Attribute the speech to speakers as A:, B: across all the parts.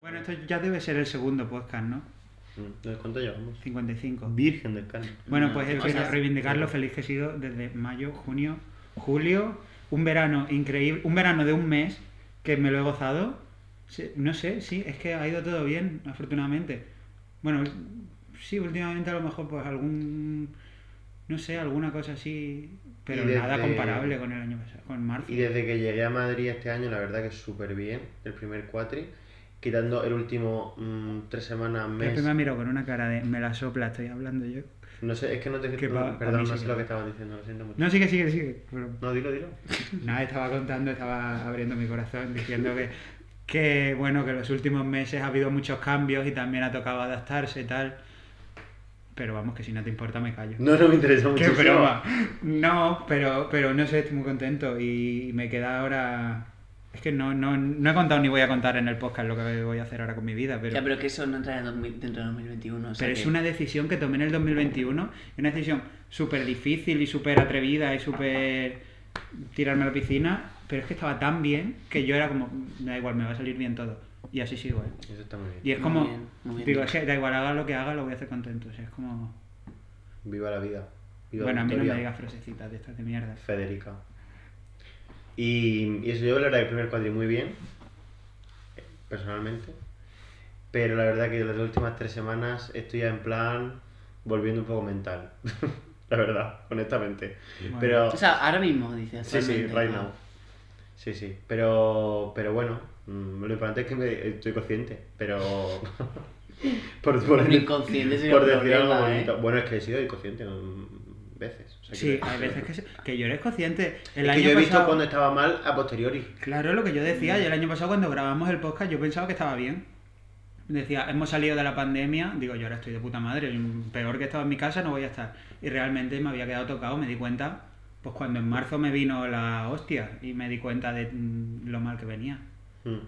A: Bueno, esto ya debe ser el segundo podcast, ¿no?
B: Mm, ¿Cuánto llevamos?
A: 55.
B: Virgen del Carmen.
A: Bueno, pues
C: o
A: eso, quiero
C: sea,
A: reivindicar lo feliz que he sido desde mayo, junio, julio. Un verano increíble, un verano de un mes que me lo he gozado. Sí, No sé, sí, es que ha ido todo bien, afortunadamente. Bueno, sí, últimamente a lo mejor pues algún, no sé, alguna cosa así, pero
B: Y desde-
A: nada comparable con el año pasado, con marzo.
B: Y desde que llegué a Madrid este año, la verdad que súper bien, el primer cuatri, quitando el último mm, tres semanas,
A: Pepe
B: mes.
A: me ha mirado con una cara de me la sopla, estoy hablando yo.
B: No sé, es que no te
A: Que va-
B: no,
A: a
B: Perdón,
A: mí
B: no
A: sí
B: sé
A: que
B: lo
A: va.
B: que estabas diciendo, lo siento mucho.
A: No, sigue, sigue, sigue. pero-
B: No, dilo, dilo.
A: Nada, estaba contando, estaba abriendo mi corazón diciendo que, que, bueno, que los últimos meses ha habido muchos cambios y también ha tocado adaptarse y tal. Pero vamos, que si no te importa me callo.
B: No, no me interesa
A: ¡Qué
B: muchísimo.
A: broma! No, pero, pero no sé, estoy muy contento y me queda ahora... Es que no, no, no he contado ni voy a contar en el podcast lo que voy a hacer ahora con mi vida, pero...
C: Ya, pero que eso no entra en 2000 dentro de 2021. o sea
A: Pero es
C: que-
A: una decisión que tomé en el 2021, una decisión súper difícil y súper atrevida y súper tirarme a la piscina, pero es que estaba tan bien que yo era como, da igual, me va a salir bien todo. Y así sigo, ¿eh?
B: Eso está muy
A: Y
B: bien.
A: es
C: Muy
A: como,
C: bien, muy bien.
A: digo, es que da igual, haga lo que haga, lo voy a hacer contento. O sea, es como,
B: Viva la vida. Viva
A: bueno,
B: la
A: a mí no
B: victoria.
A: me digas frasecitas de estas de mierda.
B: Federica. Y, y eso yo la verdad que el primer cuadri muy bien, personalmente. Pero la verdad que las últimas tres semanas estoy ya en plan volviendo un poco mental. la verdad, honestamente.
A: Bueno.
B: pero
C: O sea, ahora mismo, dices.
B: sí, sí,
C: actualmente,
B: right
C: ¿no?
B: now. Sí, sí. Pero, pero bueno, mm, lo importante es que me- estoy consciente. Pero por, por,
C: Un inconsciente sería
B: por
C: un
B: decir algo
C: problema, ¿eh?
B: bonito. Bueno, es que he sido inconsciente mm, veces. O sea,
A: Sí,
B: quiero
A: hay
B: decir-
A: veces que, se- que yo eres consciente. El
B: es
A: año
B: que yo he visto
A: pasado-
B: cuando estaba mal a posteriori.
A: Claro, lo que yo decía, y el año pasado cuando grabamos el podcast yo pensaba que estaba bien. Decía, hemos salido de la pandemia, digo yo ahora estoy de puta madre, peor que estaba en mi casa no voy a estar. Y realmente me había quedado tocado, me di cuenta, pues cuando en marzo me vino la hostia y me di cuenta de mm, lo mal que venía. Hmm.
B: Mm.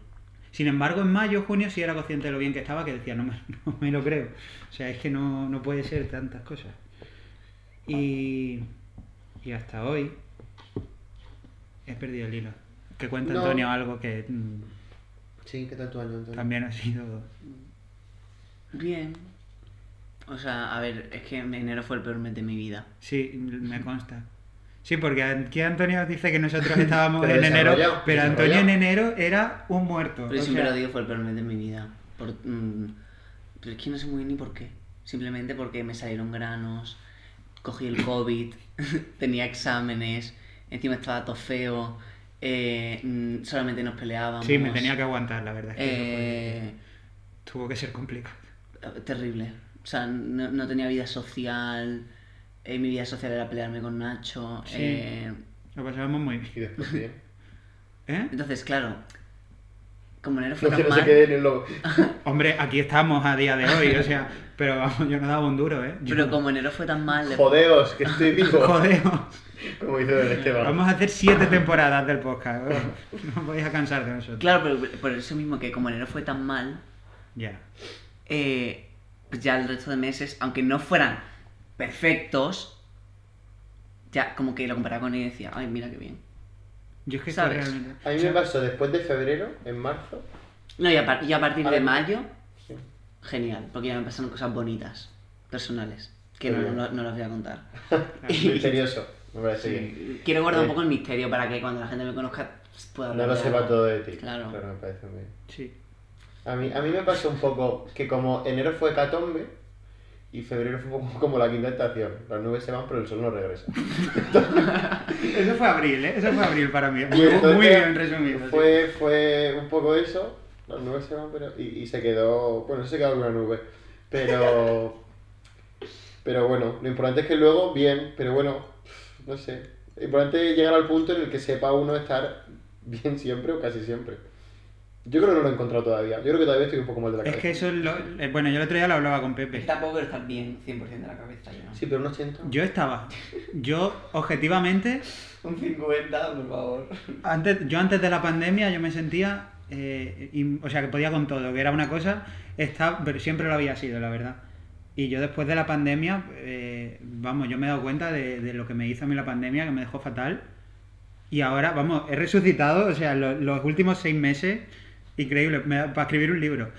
A: Sin embargo, en mayo, junio sí era consciente de lo bien que estaba, que decía, no me, no me lo creo. O sea, es que no, no puede ser tantas cosas. Y, y hasta hoy he perdido el hilo. Que cuenta
B: No.
A: Antonio algo que mm,
B: Sí, ¿qué tal tu año, Antonio?
A: también ha sido...
C: Bien. O sea, a ver, es que enero fue el peor mes de mi vida.
A: Sí, me consta. Sí, porque aquí Antonio dice que nosotros estábamos
B: Pero
A: en enero,
B: desarrolla,
A: pero Antonio en
B: desarrolla.
A: enero era un muerto.
C: Pero yo
A: o
C: siempre
A: sea,
C: lo digo, fue el peor mes de mi vida. Por, mm, pero es que no sé muy bien ni por qué. Simplemente porque me salieron granos, cogí el COVID, tenía exámenes, encima estaba todo feo, eh, mm, solamente nos peleábamos.
A: sí, me tenía que aguantar, la verdad. es que
C: Eh,
A: Tuvo que ser complicado.
C: terrible. O sea, no, no tenía vida social. eh, mi vida social era pelearme con Nacho.
A: Sí.
C: eh,
A: Lo pasábamos muy bien.
B: Y después bien.
A: ¿Eh?
C: entonces, claro, como enero fue
B: No
C: tan
B: quiero que se
C: mal,
B: quede en el logo.
A: Hombre, aquí estamos a día de hoy, o sea, pero vamos, yo no daba un duro, ¿eh? Yo-
C: pero como enero fue tan mal, de-
B: Jodeos, que estoy vivo.
A: Joder,
B: Como dice Don Esteban.
A: vamos a hacer siete temporadas del podcast, ¿eh? no vais a cansar de nosotros.
C: Claro, pero por eso mismo que como enero fue tan mal,
A: Ya.
C: eh, pues ya el resto de meses, aunque no fueran perfectos, ya como que lo comparaba con él y decía, ay, mira qué bien.
A: Yo es que
C: ¿Sabes?
A: esto realmente...
B: A mí me pasó después de febrero, en marzo.
C: No, y a, par- y a partir
B: A
C: de
B: ver.
C: mayo,
B: Sí.
C: genial, porque ya me pasaron cosas bonitas, personales, que no,
B: Muy
C: no, no las voy a contar.
A: Ah.
B: Misterioso. Me parece bien.
C: Quiero guardar un
B: Eh.
C: poco el misterio para que cuando la gente me conozca pues, pueda
B: No
C: hablar
B: lo
C: de
B: sepa
C: algo.
B: todo de ti.
C: Claro.
B: Pero me parece muy bien.
A: Sí.
B: A mí, a mí me pasó un poco que como enero fue catombe y febrero fue un poco como la quinta estación. Las nubes se van pero el sol no regresa.
A: Eso fue abril, ¿eh? Eso fue abril para mí.
B: Y
A: Muy,
B: entonces
A: muy bien resumido. sí.
B: Fue, fue un poco eso, las nubes se van, pero. Y, y se quedó. Bueno, se quedó alguna nube. Pero. pero bueno, lo importante es que luego, bien, pero bueno, no sé. Lo importante es llegar al punto en el que sepa uno estar bien siempre o casi siempre. Yo creo que no lo he encontrado todavía. Yo creo que todavía estoy un poco mal de la
A: Es
B: cabeza.
A: que eso es lo... eh, Bueno, yo el otro día lo hablaba con Pepe.
C: Tampoco estás bien 100% de la cabeza ya.
B: Sí, pero un 80.
A: Yo estaba... Yo, objetivamente,
C: Un 50, por favor.
A: Antes, yo antes de la pandemia yo me sentía, eh, in- o sea, que podía con todo, que era una cosa, está, pero siempre lo había sido, la verdad. Y yo después de la pandemia, eh, vamos, yo me he dado cuenta de, de lo que me hizo a mí la pandemia, que me dejó fatal. Y ahora, vamos, he resucitado, o sea, lo- los últimos seis meses Increíble, me da- para escribir un libro.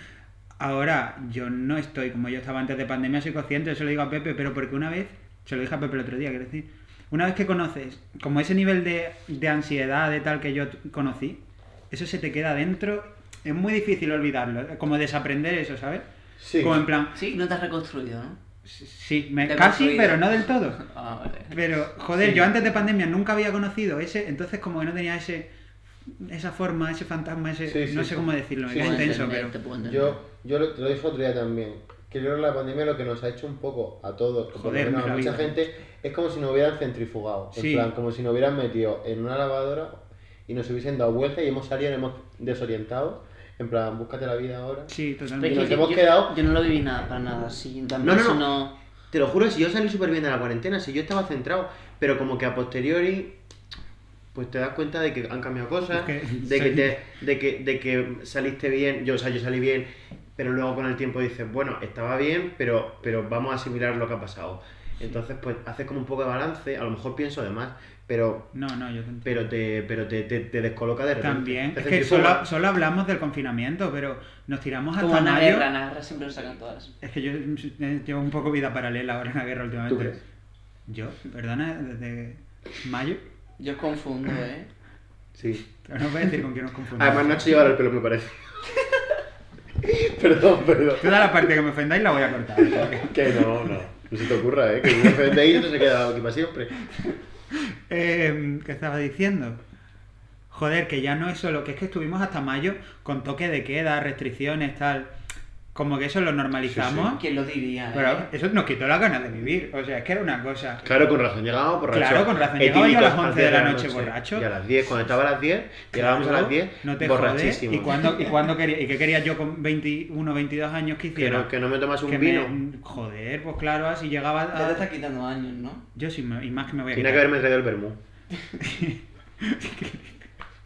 A: Ahora, yo no estoy como yo estaba antes de pandemia, soy consciente, eso lo digo a Pepe, pero porque una vez, se lo dije a Pepe el otro día, quiero decir, una vez que conoces, como ese nivel de, de ansiedad, de tal que yo t- conocí, eso se te queda dentro, es muy difícil olvidarlo, como desaprender eso, ¿sabes?
B: Sí.
A: Como en plan,
C: Sí, no te has reconstruido, ¿no?
A: sí, me-
C: Te he
A: casi,
C: construido.
A: pero no del todo.
C: Ah, vale.
A: Pero, joder,
C: Sí.
A: yo antes de pandemia nunca había conocido ese, entonces como que no tenía ese esa forma, ese fantasma, ese.
B: Sí, sí,
A: no
B: sí.
A: sé cómo decirlo, me
B: Sí,
A: queda
B: sí,
C: Puedo
A: intenso,
C: entender,
A: pero.
C: te puedo entender.
B: Yo, yo lo- te lo dije otro día también. que Creo que la pandemia lo que nos ha hecho un poco a todos, por lo
A: Joder,
B: menos
A: me
B: a
A: la
B: mucha
A: vida.
B: gente, es como si nos hubieran centrifugado. En
A: Sí.
B: plan, como si nos hubieran metido en una lavadora y nos hubiesen dado vuelta y hemos salido y nos hemos desorientado. En plan, búscate la vida ahora.
A: Sí,
C: Pero
A: totalmente.
B: Y
C: es
B: nos
C: que
B: hemos
C: yo,
B: quedado-
C: yo no lo viví nada, para nada, sí.
B: No,
C: También
B: no,
C: eso
B: no.
C: no.
B: Te lo juro, si yo salí súper bien de la cuarentena, si yo estaba centrado, pero como que a posteriori, pues te das cuenta de que han cambiado cosas,
A: Es que-
B: de, que
A: sí.
B: te- de, que, de que saliste bien, yo, o sea, yo salí bien, pero luego con el tiempo dices, bueno, estaba bien, pero, pero vamos a asimilar lo que ha pasado. Entonces, pues haces como un poco de balance, a lo mejor pienso además, pero,
A: No, no, yo te entiendo.
B: pero, te, pero te, te, te descoloca de repente.
A: También.
B: Te
A: Es
B: hace
A: que
B: tipo,
A: solo, solo hablamos del confinamiento, pero nos tiramos
C: Como
A: hasta
C: una
A: mayo.
C: guerra, una guerra siempre nos sacan todas.
A: Es que yo eh, llevo un poco vida paralela ahora en la guerra últimamente.
B: ¿Tú crees?
A: Yo, perdona, desde mayo.
C: Yo os confundo, ¿eh?
B: Sí.
A: Pero no voy a decir con quién nos confundimos.
B: Además, Nacho lleva el pelo, me parece. perdón, perdón.
A: Toda la parte que me ofendáis la voy a cortar. porque-
B: Que no, no. No se te ocurra, ¿eh? Que un frente ahí no se queda aquí para siempre.
A: Eh, ¿Qué estaba diciendo? Joder, que ya no es solo, que es que estuvimos hasta mayo con toque de queda, restricciones, tal. Como que eso lo normalizamos,
C: ¿Quién lo diría?
A: pero
C: eh?
A: eso nos quitó las ganas de vivir. O sea, es que era una cosa.
B: Claro, con razón llegaba borracho.
A: Claro, con razón,
B: El
A: llegaba yo
B: típico
A: a las
B: las
A: 11 de la
B: 10
A: noche borracho.
B: Y a las 10, cuando estaba a las 10, llegábamos a las 10
A: no te jodes.
B: borrachísimos.
A: ¿Y cuándo, y cuándo quería, y qué quería yo con 21, 22 años que
B: que,
A: hiciera?
B: no, que no me tomas un
A: Que me-
B: vino.
A: Joder, pues claro, así llegaba
C: Ya te estás
A: a...
C: quitando años, ¿no?
A: Yo sí, me- y más que me voy a
B: Tiene que
A: quitar.
B: haberme traído el vermú.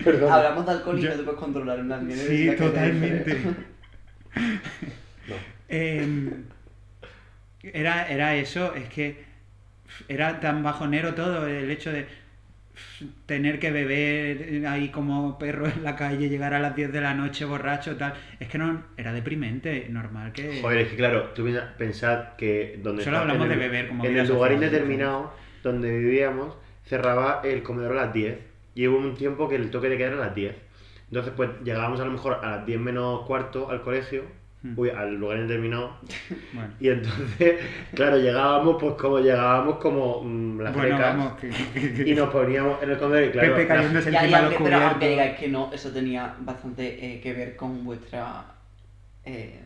B: Perdón.
C: Hablamos de alcohol y
A: Yo-
C: no te puedes controlar en plan, tienes
A: Sí,
C: la que te-
A: totalmente.
B: No.
A: Eh, era, era eso, es que era tan bajonero todo el hecho de tener que beber ahí como perro en la calle, llegar a las 10 de la noche borracho, tal. Es que no, era deprimente, normal que...
B: Joder, es que claro, tú piensa- pensad que donde
A: Solo
B: está-
A: hablamos
B: en el-
A: de beber como
B: En
A: vida
B: el lugar
A: social,
B: indeterminado donde vivíamos, cerraba el comedor a las 10. Y hubo un tiempo que el toque de queda era a las 10. Entonces, pues llegábamos a lo mejor a las 10 menos cuarto al colegio,
A: Hmm.
B: uy, al lugar indeterminado.
A: Bueno,
B: Y entonces, claro, llegábamos, pues como llegábamos como mm, las
A: Bueno,
B: frecas,
A: vamos, que... que- que-
B: Y nos poníamos en el comedor y claro.
A: Pepe
B: la-
A: cayéndose
C: Ya,
A: encima
C: ya,
A: de los
C: aunque- pero aunque
A: cubiertos.
C: digáis que no, eso tenía bastante eh, que ver con vuestra... Eh,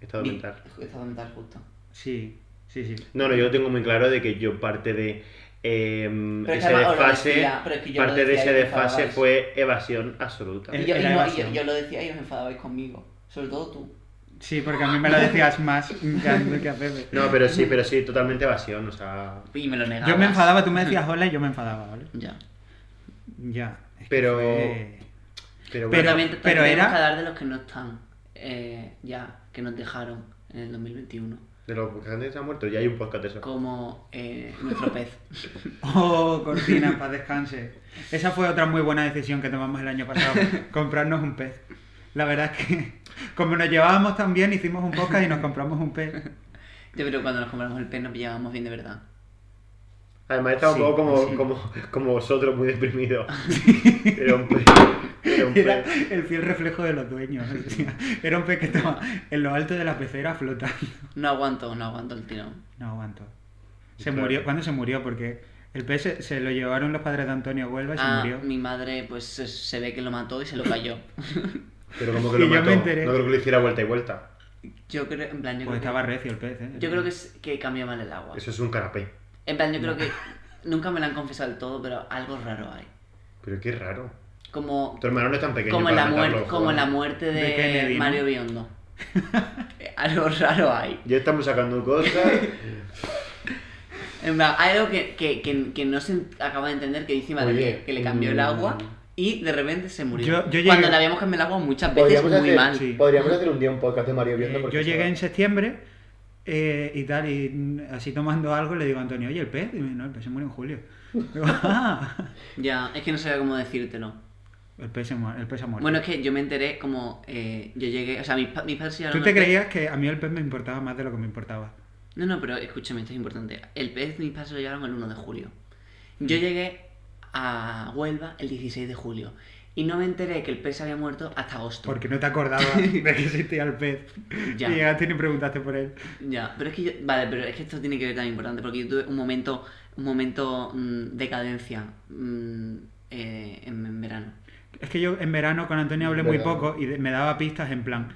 B: Estado
C: vi-
B: mental.
C: Estado mental justo.
A: Sí, sí, sí.
B: No, no, yo tengo muy claro de que yo parte de em,
C: Pero es que
B: ese
C: además os lo
B: desfase,
C: decía, pero es que yo lo
B: parte de
C: decía y
B: ese
C: os
B: desfase
C: enfadabais.
B: fue evasión absoluta.
A: Eh,
C: Y yo, y
A: era
C: no, y yo,
A: evasión.
C: yo lo decía y os enfadabais conmigo. Sobre todo tú.
A: Sí, porque a mí me lo decías más que a- que a Pepe.
B: No, pero sí, pero sí, totalmente evasión, o sea,
C: Y me lo negabas.
A: Yo me enfadaba, tú me decías hola y yo me enfadaba, ¿vale?
C: Ya.
A: Ya. es que
B: Pero-
A: fue-
B: pero
A: Pero-
B: bueno,
C: también, también
A: pero
C: tenemos
A: era-
C: que hablar de los que no están eh, ya, que nos dejaron en el 2021.
B: de los que se han muerto ya hay un podcast de eso.
C: Como eh, nuestro pez.
A: Oh, cortina, paz descanse. Esa fue otra muy buena decisión que tomamos el año pasado, comprarnos un pez. La verdad es que, como nos llevábamos tan bien, hicimos un podcast y nos compramos un pez.
C: Yo creo que cuando nos compramos el pez nos pillábamos bien de verdad.
B: Además estaba
A: Sí,
B: un poco como,
C: sí.
B: como, como vosotros, muy deprimido. Era un pez, era un
A: Era
B: pez.
A: el fiel reflejo de los dueños. o sea, era un pez que estaba en lo alto de la pecera flotando.
C: No aguanto, no aguanto el tirón.
A: No aguanto. Se
B: Claro.
A: murió. ¿Cuándo se murió? Porque el pez se, se lo llevaron los padres de Antonio Huelva y se
C: Ah,
A: murió.
C: mi madre pues se, se ve que lo mató y se lo cayó.
B: Pero como que
A: Y
B: lo
A: yo me
B: mató, no
A: enteré.
B: creo que lo hiciera vuelta y vuelta.
C: Yo creo, en plan, yo
A: Pues
C: creo,
A: estaba recio el pez, ¿eh?
C: que, yo creo que, es- que cambió mal el agua.
B: Eso es un canapé.
C: En plan, yo creo que nunca me lo han confesado del todo, pero algo raro hay.
B: Pero qué raro.
C: Como,
B: Tu hermano no es tan pequeño
C: como, en,
B: para
C: la
B: matarlo,
C: muerte, como
B: joder.
C: en la muerte de,
A: De Kennedy, ¿no?
C: Mario Biondo. Eh, algo raro hay.
B: Ya estamos sacando cosas.
C: En plan, hay algo que, que- que- que no se en- acaba de entender que dice mi madre
B: Oye,
C: que, que le cambió el
B: mm.
C: agua y de repente se murió.
A: Yo- yo llegué-
C: Cuando le habíamos cambiado el agua muchas veces
B: Podríamos
C: muy
B: hacer,
C: mal.
A: sí.
B: podríamos hacer un día un podcast de Mario
A: Eh,
B: Biondo. porque
A: yo
B: eso-
A: llegué en septiembre eh, y tal, y mm, así tomando algo le digo a Antonio, oye, el pez. Y me dice, no, el pez se murió en julio. Digo, "Ah".
C: Ya, es que no sabía cómo decírtelo.
A: El pésamo, el pez ha muerto.
C: Bueno, es que yo me enteré como eh, yo llegué, o sea, mis, pa- mis padres se llevaron
A: Tú te
C: al pez.
A: creías que a mí el pez me importaba más de lo que me importaba.
C: No, no, pero escúchame, esto es importante. El pez mis padres se lo llevaron el 1 de julio.
A: Mm.
C: Yo llegué a Huelva el 16 de julio y no me enteré que el pez había muerto hasta agosto.
A: Porque no te acordabas de que existía el pez.
C: Ya.
A: Y llegaste y ni preguntaste por él.
C: Ya, pero es que yo, vale, pero es que esto tiene que ver tan importante porque yo tuve un momento, un momento mm, de cadencia mm, eh, en, en verano.
A: Es que yo en verano con Antonio hablé muy
B: Verano.
A: poco y de- me daba pistas en plan,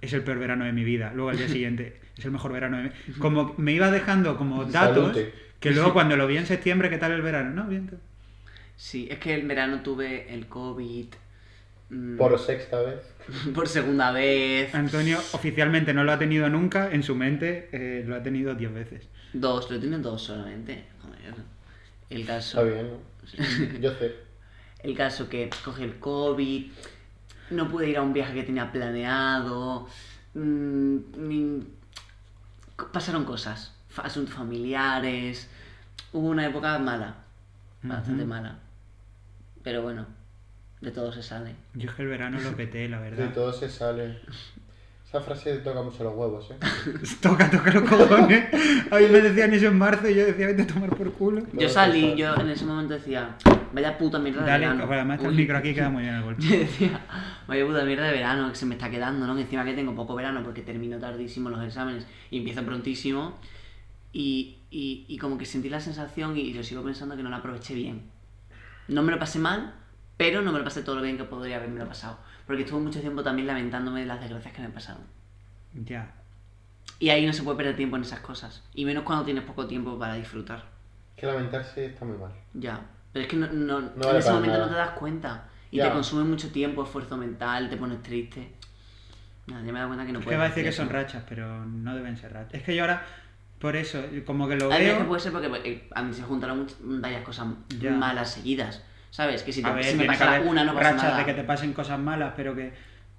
A: es el peor verano de mi vida. Luego al día siguiente, es el mejor verano de mi Como me iba dejando como datos
B: Salute.
A: que luego cuando lo vi en septiembre, ¿qué tal el verano? No, bien. tal.
C: Sí, es que el verano tuve el COVID mm,
B: Por sexta vez.
C: por segunda vez,
A: Antonio oficialmente no lo ha tenido nunca, en su mente eh, lo ha tenido 10 veces.
C: dos, lo he tenido dos solamente. Joder. El caso,
B: Está bien, ¿no? Yo sé.
C: el caso que coge el COVID, no pude ir a un viaje que tenía planeado, mm, ni- pasaron cosas, fa- asuntos familiares, hubo una época mala, bastante
A: Ujú.
C: mala, pero bueno, de todo se sale.
A: Yo es que el verano lo peté, la
B: De
A: verdad.
B: todo se sale. Esa frase toca mucho los huevos, ¿eh?
A: Toca, toca los cojones. A mí me decían eso en marzo y yo decía, vete a tomar por culo.
B: Todo
C: Yo
B: se
C: salí,
B: sale.
C: yo en ese momento decía, vaya puta mierda de
A: Dale,
C: verano.
A: bueno, además está el
C: Uy.
A: micro aquí queda muy bien el golpe.
C: Yo decía, vaya puta mierda de verano que se me está quedando, ¿no? Que encima que tengo poco verano porque termino tardísimo los exámenes y empiezo prontísimo. Y, y- y como que sentí la sensación y, yo sigo pensando que no la aproveché bien. No me lo pasé mal, pero no me lo pasé todo lo bien que podría haberme lo pasado. Porque estuve mucho tiempo también lamentándome de las desgracias que me pasaron.
A: Ya.
C: Y ahí no se puede perder tiempo en esas cosas. Y menos cuando tienes poco tiempo para disfrutar.
B: Que lamentarse está muy mal.
C: Ya, pero es que no, no- en
B: vale
C: ese
B: para
C: momento
B: nada.
C: no te das cuenta. Y
B: Ya.
C: te consume mucho tiempo, esfuerzo mental, te pones triste. Nada, ya me he dado cuenta que no
A: Es
C: puedo.
A: que va a decir que son rachas, pero no deben ser rachas. Es que yo ahora, por eso, como que lo
C: Hay veces que
A: veo.
C: puede ser porque eh, a mí se juntaron much- varias cosas
A: Ya.
C: malas seguidas. ¿Sabes? Que si, te-
A: A ver,
C: si me
A: tiene que
C: pasara
A: haber
C: una, no pasa
A: rachas
C: nada.
A: de que te pasen cosas malas, pero que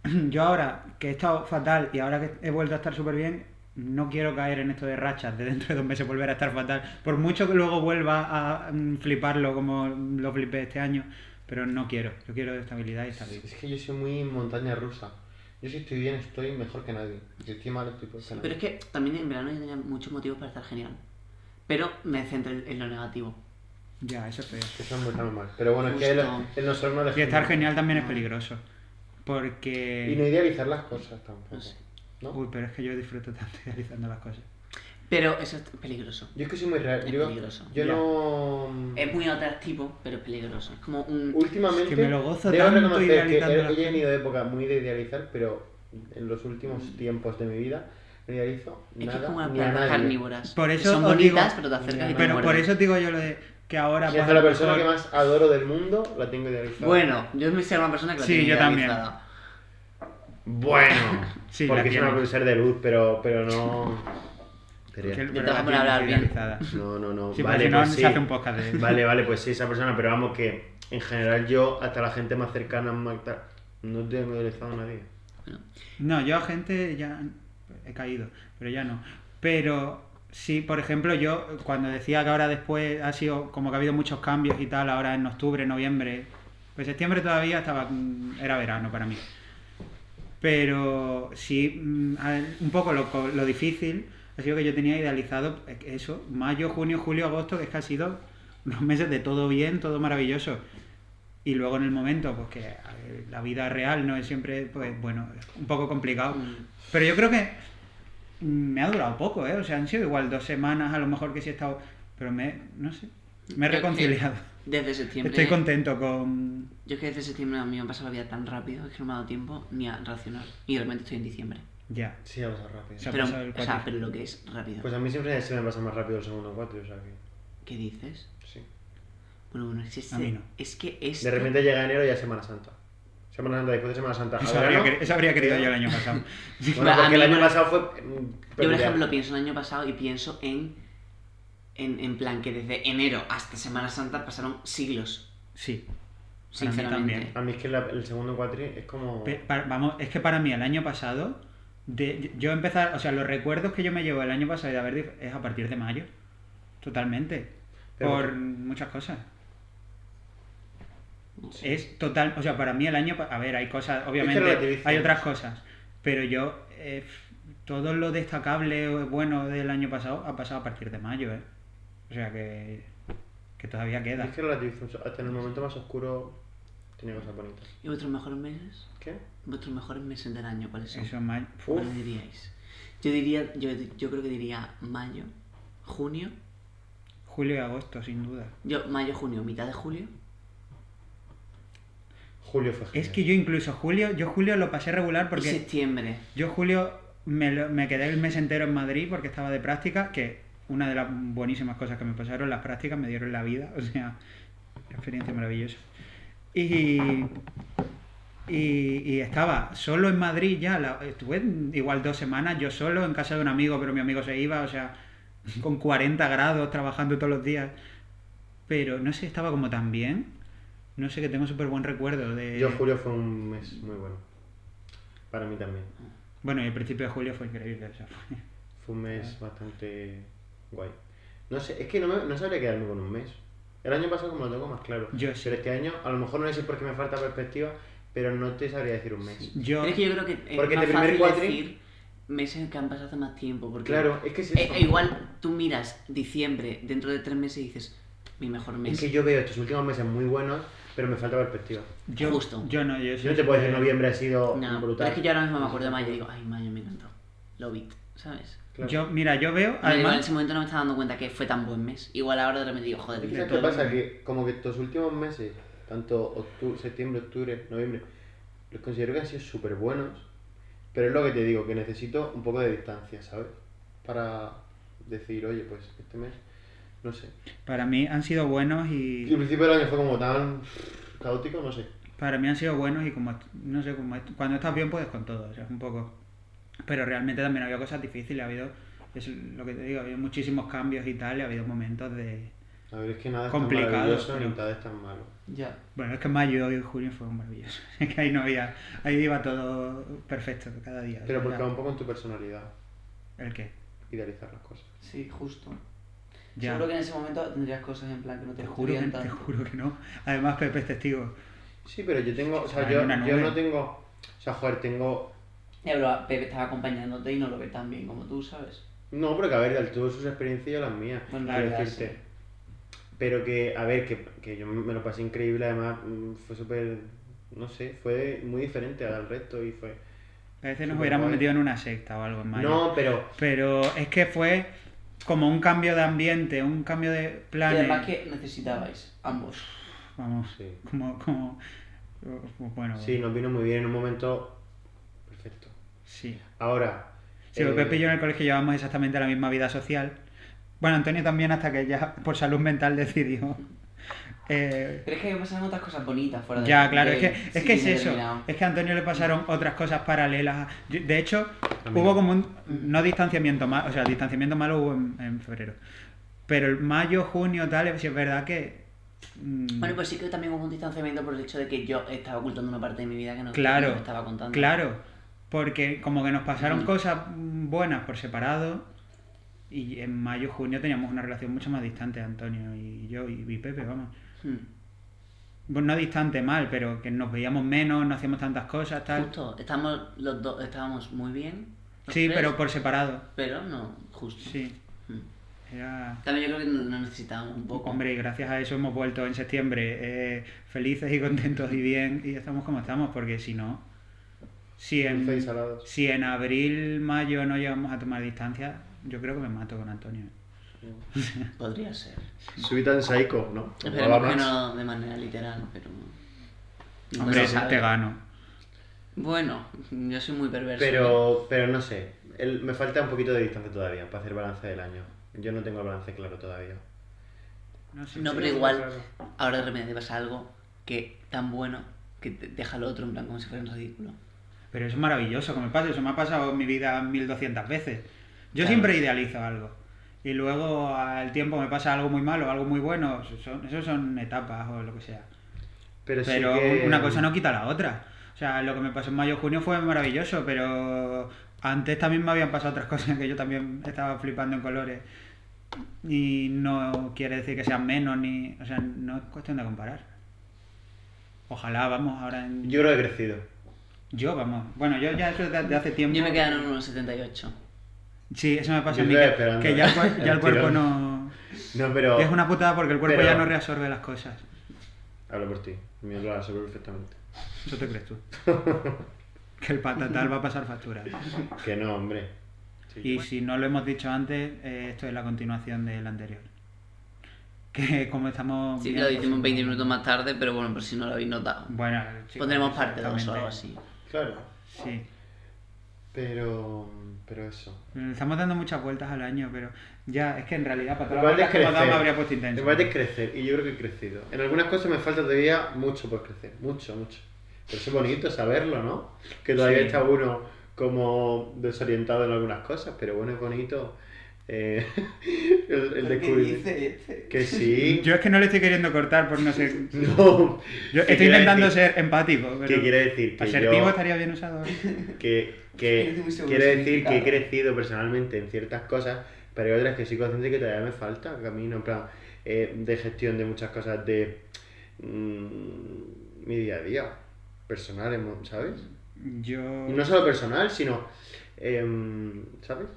A: yo ahora, que he estado fatal y ahora que he vuelto a estar súper bien, no quiero caer en esto de rachas, de dentro de dos meses volver a estar fatal. Por mucho que luego vuelva a mm, fliparlo como lo flipé este año, pero no quiero. Yo quiero estabilidad y estar bien.
B: Es que yo soy muy montaña rusa. Yo si estoy bien, estoy mejor que nadie. Si estoy mal, estoy peor que nadie.
C: Pero es que también en verano yo tenía muchos motivos para estar genial. Pero me centré en- en lo negativo.
A: Ya, eso es feo.
B: Eso no está muy mal. Pero bueno, es que el,
C: Justo.
B: el nosotros no
A: Y
B: elegimos.
A: estar genial también
C: Ah.
A: es peligroso. Porque.
B: Y no idealizar las cosas tampoco.
C: No sé.
B: ¿no?
A: Uy, pero es que yo disfruto tanto realizando las cosas.
C: Pero eso es peligroso.
B: Yo es que soy muy real.
C: Es
B: Yo,
C: peligroso.
B: yo
A: Ya.
B: no.
C: Es muy atractivo, pero es peligroso. Es como un.
B: Últimamente.
A: Es que me lo gozo
B: debo
A: tanto
B: reconocer que
A: idealizando
B: he,
A: las
B: he
A: cosas.
B: tenido época muy de idealizar, pero en los últimos tiempos de mi vida no idealizo
C: Mm. es que
B: nada.
C: es como las
B: ni a
C: plantas
B: nadie.
C: carnívoras.
A: Por
C: que
A: eso
C: son
A: os digo-
C: bonitas, pero te acercas y te
A: Pero por
C: muerden.
A: eso digo yo lo de que ahora.
B: Si
A: pues,
B: hasta
A: a
B: la
A: lo
B: persona que
A: mejor-
B: más adoro del mundo la tengo idealizada.
C: Bueno, yo me sé una persona que la
A: Sí,
C: tiene
A: yo también.
C: idealizada.
B: Bueno,
A: Sí, la
B: porque es una
A: tiene.
B: crucer de luz, pero, pero no. Pero ya.
A: que- pero
C: Yo
A: la
C: tengo que
A: tiene
C: hablar bien.
A: idealizada.
B: No, no, no.
A: Sí, porque
B: vale,
A: si no,
B: pues
A: se
B: sí.
A: hace un podcast de
B: Vale, vale, pues sí, esa persona, pero vamos que en general yo, hasta la gente más cercana, más tal, no tengo idealizado a nadie.
A: No, yo a gente ya he caído, pero ya no. Pero sí, por ejemplo, yo cuando decía que ahora después ha sido como que ha habido muchos cambios y tal, ahora en octubre, noviembre, pues septiembre todavía estaba mm, era verano para mí. Pero sí, mm, al- un poco lo, co- lo difícil ha sido que yo tenía idealizado eh, eso, mayo, junio, julio, agosto, que es que ha sido los meses de todo bien, todo maravilloso. Y luego en el momento, pues que a ver, la vida real no es siempre, pues bueno, es un poco complicado. Pero yo creo que mm, me ha durado poco, ¿eh? O sea, han sido igual dos semanas, a lo mejor que sí he estado, pero me, no sé, me he
C: Yo es que
A: reconciliado.
C: Desde septiembre.
A: Estoy contento con...
C: Yo es que desde septiembre a mí me ha pasado la vida tan rápido que no me ha dado tiempo ni a racionar. Y realmente estoy en diciembre.
A: Ya.
B: Sí, vamos a rápido.
A: Se ha
C: pero,
A: pasado el
C: o
A: cuatri-
C: sea, pero lo que es rápido.
B: Pues a mí siempre se me pasa más rápido el segundo cuatro, o sea que.
C: ¿Qué dices?
B: Sí.
C: Bueno, bueno, es, este-
A: A mí no.
C: es que es.
B: De repente llega enero y ya Semana Santa. Semana Santa, después de Semana Santa. a
A: Eso habría,
B: verano.
A: quer- eso habría querido yo el año pasado.
B: Bueno,
C: A
B: porque el
C: mí
B: año
C: no-
B: pasado fue. mm,
C: Yo, por
B: peculiar.
C: ejemplo, pienso en el año pasado y pienso en, en. En plan que desde enero hasta Semana Santa pasaron siglos.
A: Sí. Para mí
C: Sinceramente.
A: también.
B: A mí es que la- el segundo cuatri es como.
A: Pe- pa- vamos, es que para mí el año pasado, de, yo empezar, o sea, los recuerdos que yo me llevo el año pasado de haber dif- es a partir de mayo. Totalmente.
B: Pero-
A: por muchas cosas. Es total, o sea, para mí el año, pa- a ver, hay cosas,
B: Es que
A: obviamente,
B: relativizamos.
A: hay otras cosas, pero yo, eh, todo lo destacable o bueno del año pasado ha pasado a partir de mayo, ¿eh? O sea que, que todavía queda.
B: Es que relativizo. Hasta en el momento más oscuro tenía cosas bonitas.
C: ¿Y vuestros mejores meses?
B: ¿Qué?
C: ¿Vuestros mejores meses del año cuáles son?
A: Eso es mayo.
B: Uf.
C: ¿Cuáles diríais? Yo diría, yo, yo creo que diría mayo, junio,
A: Julio y agosto, sin duda.
C: yo mayo, junio, mitad de julio.
B: Julio fue
A: Es
B: genial.
A: que yo incluso julio, yo julio lo pasé regular porque...
C: Y septiembre.
A: Yo, Julio, me, lo- me quedé el mes entero en Madrid porque estaba de práctica, que una de las buenísimas cosas que me pasaron las prácticas me dieron la vida, o sea, experiencia maravillosa. Y, y, y estaba solo en Madrid ya, la- estuve igual dos semanas yo solo en casa de un amigo, pero mi amigo se iba, o sea, con 40 grados trabajando todos los días. Pero no sé, estaba como tan bien. No sé, que tengo súper buen recuerdo de...
B: Yo Julio fue un mes muy bueno. Para mí también.
A: Bueno, y el principio de julio fue increíble, o sea, fue-
B: Fue un mes
C: Ah.
B: bastante guay. No sé, es que no, me, no sabría quedarme con un mes. El año pasado como lo tengo más claro.
A: Yo sí.
B: Pero este año, a lo mejor no sé si es porque me falta perspectiva, pero no te sabría decir un mes.
A: Yo,
C: Pero es que yo creo que es
B: Porque
C: más
B: de primer
C: fácil
B: cuatri-
C: decir meses que han pasado hace más tiempo. Porque
B: Claro, es que es
C: e-
B: eso.
C: e igual tú miras diciembre, dentro de tres meses y dices, mi mejor mes.
B: Es que yo veo estos últimos meses muy buenos, pero me falta perspectiva.
A: yo,
C: Justo.
A: yo no, yo
B: Yo
A: soy
B: no te puedo decir
A: súper-
B: noviembre ha sido
C: No, pero
B: brutal.
C: es que yo ahora mismo me acuerdo de mayo y digo, ay, mayo me encantó. Lo vi, ¿sabes?
B: Claro.
A: Yo, mira, yo veo,
C: No, igual en
A: además,
C: ese momento no me estaba dando cuenta que fue tan buen mes. Igual ahora de repente digo, joder,
B: ¿Sabes qué
A: todo.
B: pasa? Que como que estos últimos meses, tanto octu- septiembre, octubre, noviembre, los considero que han sido súper buenos, pero es lo que te digo, que necesito un poco de distancia, ¿sabes? Para decir, oye, pues este mes, no sé.
A: para mí han sido buenos
B: Y el
A: y
B: principio del año fue como tan caótico, no sé.
A: para mí han sido buenos y como, no sé, como cuando estás bien puedes con todo, o sea, es un poco. Pero realmente también ha habido cosas difíciles, ha habido, es lo que te digo, ha habido muchísimos cambios y tal, y ha habido momentos de...
B: A ver, es que nada es
A: Complicado,
B: tan maravilloso
A: pero-
B: ni nada es tan malo.
C: Ya.
A: Bueno, es que mayo y junio fueron maravillosos, es que ahí no había, ahí iba todo perfecto cada día.
B: Pero porque
A: Ya.
B: va un poco en tu personalidad,
A: ¿El qué?
B: idealizar las cosas.
C: Sí, justo.
A: Ya.
C: en ese momento tendrías cosas en plan que no
A: Te juro, que,
C: gustarían
A: te
C: tanto.
A: juro que no. Además, Pepe es testigo.
B: Sí, pero yo tengo, o sea,
A: Ah,
B: yo,
A: una
B: yo
A: nube.
B: no tengo, o sea, joder, tengo
C: Ya, pero Pepe estaba acompañándote y no lo ve tan bien como tú, ¿sabes?
B: No, porque a ver, él tuvo sus experiencias y yo las mías.
C: Bueno, la
B: quiero
C: verdad,
B: decirte.
C: sí.
B: Pero que, a ver, que, que yo me lo pasé increíble, además mm, fue súper, no sé, fue muy diferente al resto y fue...
A: A veces nos
B: Súper
A: hubiéramos
B: guay.
A: metido en una secta o algo en mayo.
B: No, pero
A: Pero es que fue como un cambio de ambiente, un cambio de
C: Y
A: planes.
C: además que necesitabais, ambos.
A: Vamos,
B: Sí.
A: como, como. uh, Bueno,
B: sí, nos vino muy bien en un momento perfecto.
A: sí.
B: Ahora...
A: Sí,
B: eh,
A: porque Pepe y yo en el colegio llevamos exactamente la misma vida social. Bueno, Antonio también, hasta que ya por salud mental decidió. eh,
C: Pero es que pasaron otras cosas bonitas fuera de
A: Ya, claro,
C: de-
A: es que es, que es
C: sí,
A: eso. Eh,
C: determinado.
A: Es que a Antonio le pasaron otras cosas paralelas. a- yo- De hecho,
B: Amigo.
A: hubo como un.
C: Mm.
A: No distanciamiento malo, o sea, distanciamiento malo hubo en, en febrero. Pero el mayo, junio, tal, sí es verdad que. mm,
C: Bueno, pues sí que también hubo un distanciamiento por el hecho de que yo estaba ocultando una parte de mi vida que no,
A: Claro,
C: no estaba contando.
A: Claro, porque como que nos pasaron
C: Mm.
A: cosas mm, buenas por separado y en mayo, junio teníamos una relación mucho más distante, Antonio y yo y, y Pepe, vamos.
C: Hmm.
A: Bueno, no distante mal, pero que nos veíamos menos, no hacíamos tantas cosas, tal.
C: Justo, estamos los dos, estábamos muy bien. los
A: sí,
C: tres,
A: pero por separado.
C: Pero no, justo.
A: Sí,
C: Hmm.
A: era...
C: También yo creo que nos necesitábamos un poco.
A: Hombre, y gracias a eso hemos vuelto en septiembre eh, felices y contentos y bien y estamos como estamos, porque si no, si en,
B: Dulces y salados.
A: si en abril, mayo no llegamos a tomar distancia, yo creo que me mato con Antonio.
C: Podría ser.
B: Subí tan psycho, ¿no?
C: Esperemos que no de manera literal, pero. no
A: Hombre,
C: se sabe.
A: te gano.
C: Bueno, yo soy muy perverso. ¿eh?
B: Pero, pero no sé, el- me falta un poquito de distancia todavía para hacer balance del año. Yo no tengo el balance claro todavía.
A: No, sé,
C: No,
A: sí,
C: pero
A: sí,
C: igual,
A: claro.
C: ahora de repente te pasa algo que tan bueno que te deja lo otro en plan como si fuera un ridículo.
A: Pero eso es maravilloso que me pase, eso me ha pasado en mi vida 1200 veces. Yo
C: Claro.
A: siempre idealizo algo. Y luego al tiempo me pasa algo muy malo, algo muy bueno. Eso son, eso son etapas o lo que sea.
B: Pero, sí
A: Pero
B: que-
A: una cosa no quita la otra. O sea, lo que me pasó en mayo junio fue maravilloso, pero antes también me habían pasado otras cosas que yo también estaba flipando en colores. Y no quiere decir que sean menos ni. O sea, no es cuestión de comparar. Ojalá, vamos ahora en... Yo,
B: Yo creo que he crecido.
A: vamos. Bueno, yo ya eso de, de hace tiempo.
C: Yo me quedo en unos 78.
A: Sí, eso me pasa
D: Yo
A: a mí.
D: estoy
A: Que,
D: esperando.
A: que ya, el cuer- ya el
B: El
A: cuerpo
B: tirón.
A: no.
B: No, pero.
A: Es una putada porque el cuerpo
B: pero-
A: ya no reabsorbe las cosas.
B: Hablo por ti. Me lo hace perfectamente.
A: Eso te crees tú. que el patatal va a pasar factura.
B: Que no, hombre. Sí.
A: Y si no lo hemos dicho antes, eh, esto es la continuación del anterior. Que como estamos.
C: Sí,
A: bien,
C: lo
A: pues,
C: hicimos 20 minutos más tarde, pero bueno, por si no lo habéis notado.
A: Bueno, chicos,
C: Pondremos parte 2 o algo así.
A: exactamente.
D: Claro,
A: Sí.
D: pero.
B: mm,
D: Pero eso.
A: Le Estamos dando muchas vueltas al año, pero ya, es que en realidad para
B: Me
A: todas las vueltas
B: parece
A: que hemos dado me
B: crecer.
A: habría puesto intenso.
B: Me parece crecer. Y yo creo que he crecido.
D: En algunas cosas me falta todavía mucho por crecer, mucho, mucho. Pero es bonito saberlo, ¿no? Que todavía
A: Sí.
D: está uno como desorientado en algunas cosas, pero bueno, es bonito eh, el, el descubrimiento. Que sí.
A: Yo es que no le estoy queriendo cortar por no ser.
B: No.
A: Yo
B: ¿Qué
A: estoy
B: quiere
A: intentando
B: decir?
A: ser empático. Pero
B: ¿Qué quiere decir? Que
A: Asertivo
B: yo-
A: estaría bien usado. ¿eh? ahora.
B: que,
C: No
B: que
C: estoy muy seguro
B: quiere
C: del
B: decir que he
C: significado.
B: crecido personalmente en ciertas cosas, pero hay otras que soy consciente que todavía me falta camino, en plan, eh, de gestión de muchas cosas de mm, mi día a día, personal, emo- ¿sabes?
A: Yo.
B: No solo personal, sino, em, ¿sabes?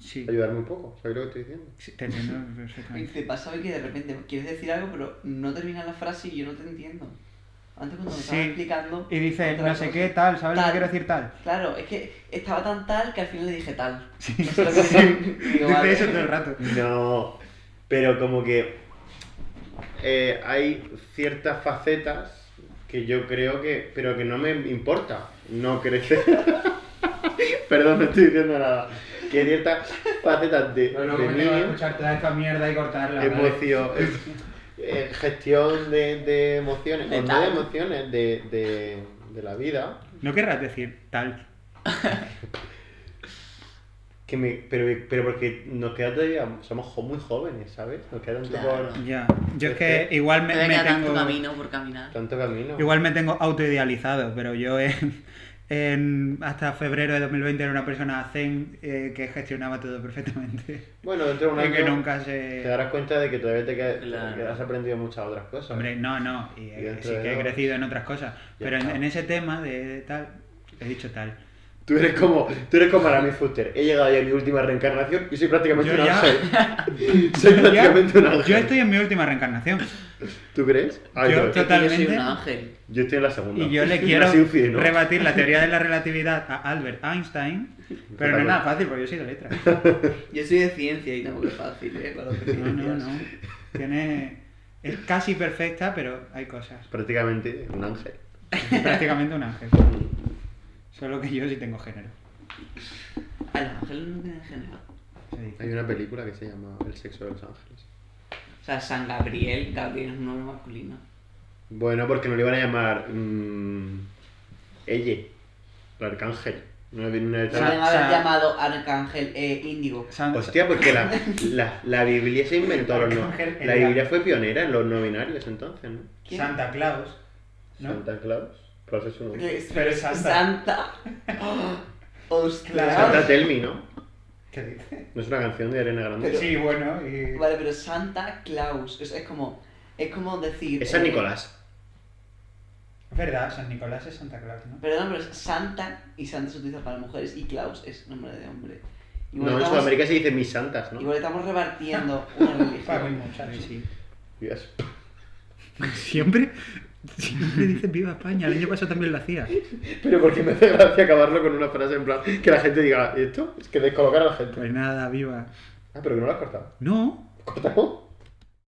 A: Sí,
B: Ayudarme un poco, ¿sabes lo que estoy diciendo?
A: sí, te entiendo perfectamente.
C: Te pasa hoy que de repente quieres decir algo, pero no termina la frase y yo no te entiendo. Antes cuando me estabas
A: Sí.
C: explicando...
A: Y dice,
C: otra
A: no sé
C: cosa.
A: qué, tal, ¿sabes lo que
C: Tal.
A: quiero decir tal?
C: Claro, es que estaba tan tal que al final le dije tal.
A: Sí.
C: Eso es lo que- digo,
A: Dice
C: vale.
A: eso todo el rato.
B: No, pero como que eh, hay ciertas facetas que yo creo que, pero que no me importa no crecer. Perdón, no estoy diciendo nada. Que ciertas facetas de, de mí,
A: escuchar toda esta mierda y cortarla.
B: emoción, eh, gestión de, de emociones,
C: De
B: o no de
C: tal.
B: emociones, de, de, de la vida,
A: No querrás decir tal.
B: que me, pero, pero porque nos queda todavía, somos jo- muy jóvenes, ¿sabes? Nos queda tanto,
C: Claro.
B: por-
A: Ya. Yo es
B: Es
A: que
B: que
A: igual me,
C: Todavía
A: me
C: queda tanto
A: tengo.
C: camino por caminar.
B: tanto camino.
A: Igual me tengo autoidealizado, pero yo en, en- hasta febrero de 2020 era una persona zen eh, que gestionaba todo perfectamente.
B: Bueno, dentro de un
A: Y
B: año...
A: que nunca
B: Te
A: se...
B: darás cuenta de que todavía te queda-
C: Claro.
B: que has aprendido muchas otras cosas.
A: Hombre, no, no, y, eh,
B: dentro
A: sí
B: de
A: que he
B: dos.
A: crecido en otras cosas, pero en,
B: está.
A: en ese tema de, de tal, he dicho tal.
B: Tú eres como, tú eres como Aramis Fuster. He llegado ya a mi última reencarnación y soy prácticamente
A: Yo
B: un
A: ya-
B: ángel. soy prácticamente un ángel.
A: Yo estoy en mi última reencarnación
B: ¿Tú crees? Ah,
A: Yo-
B: yo,
A: yo-
B: yo,
A: Totalmente.
C: Yo soy un ángel.
B: estoy en la segunda.
A: y yo le
B: No
A: quiero
B: he sido fiel, ¿no?
A: rebatir la teoría de la relatividad a Albert Einstein, pero no es nada fácil porque yo soy de letras.
C: Yo soy de ciencia y tampoco es fácil, ¿eh? Para los
A: No, no, no. Tiene... Es casi perfecta, pero hay cosas.
B: Prácticamente un ángel.
A: Prácticamente un ángel. Solo que yo sí tengo género.
C: A los ángeles no tienen género.
A: Sí.
B: Hay una película que se llama El sexo de los ángeles.
C: O sea, San Gabriel, Gabriel es un nombre masculino.
B: Bueno, porque no le iban a llamar mm, Elle, el arcángel. No le viene
C: Se
A: Sa-
B: una
C: deben
B: de
C: haber
A: San-
C: llamado Arcángel eh, Índigo.
A: San-
B: Hostia, porque la, la, la Biblia se inventó los no.
A: Arcángel
B: La
A: era-
B: Biblia fue pionera en los no binarios entonces, ¿no?
C: ¿Quién?
A: Santa Claus. ¿no?
B: Santa Claus. Claus es uno.
C: Eh,
A: Pero es Santa.
C: Santa. Ostras.
B: Santa Tell Me, ¿no?
A: ¿Qué dice?
B: No es una canción de Ariana Grande.
C: Pero-
A: Sí, bueno, y...
C: Vale, pero Santa Claus. Es, es como. Es como decir.
B: Es San
C: eh,
B: Nicolás.
A: Es verdad, San Nicolás es Santa Claus, ¿no?
C: Perdón, pero es Santa y Santa se utiliza para mujeres y Claus es nombre de hombre.
B: No, en Sudamérica se dice mis santas, ¿no?
C: igual estamos repartiendo una
A: Para mí,
C: religión.
A: muchacho.
B: Dios.
A: Siempre, siempre dicen viva España. El año pasado también lo hacía.
B: Pero porque me hace gracia acabarlo con una frase en plan que la gente diga, ¿esto? Es que descolocar a la gente.
A: Pues nada, viva.
B: Ah, pero que no lo has cortado.
A: No,
B: ¿Cortado?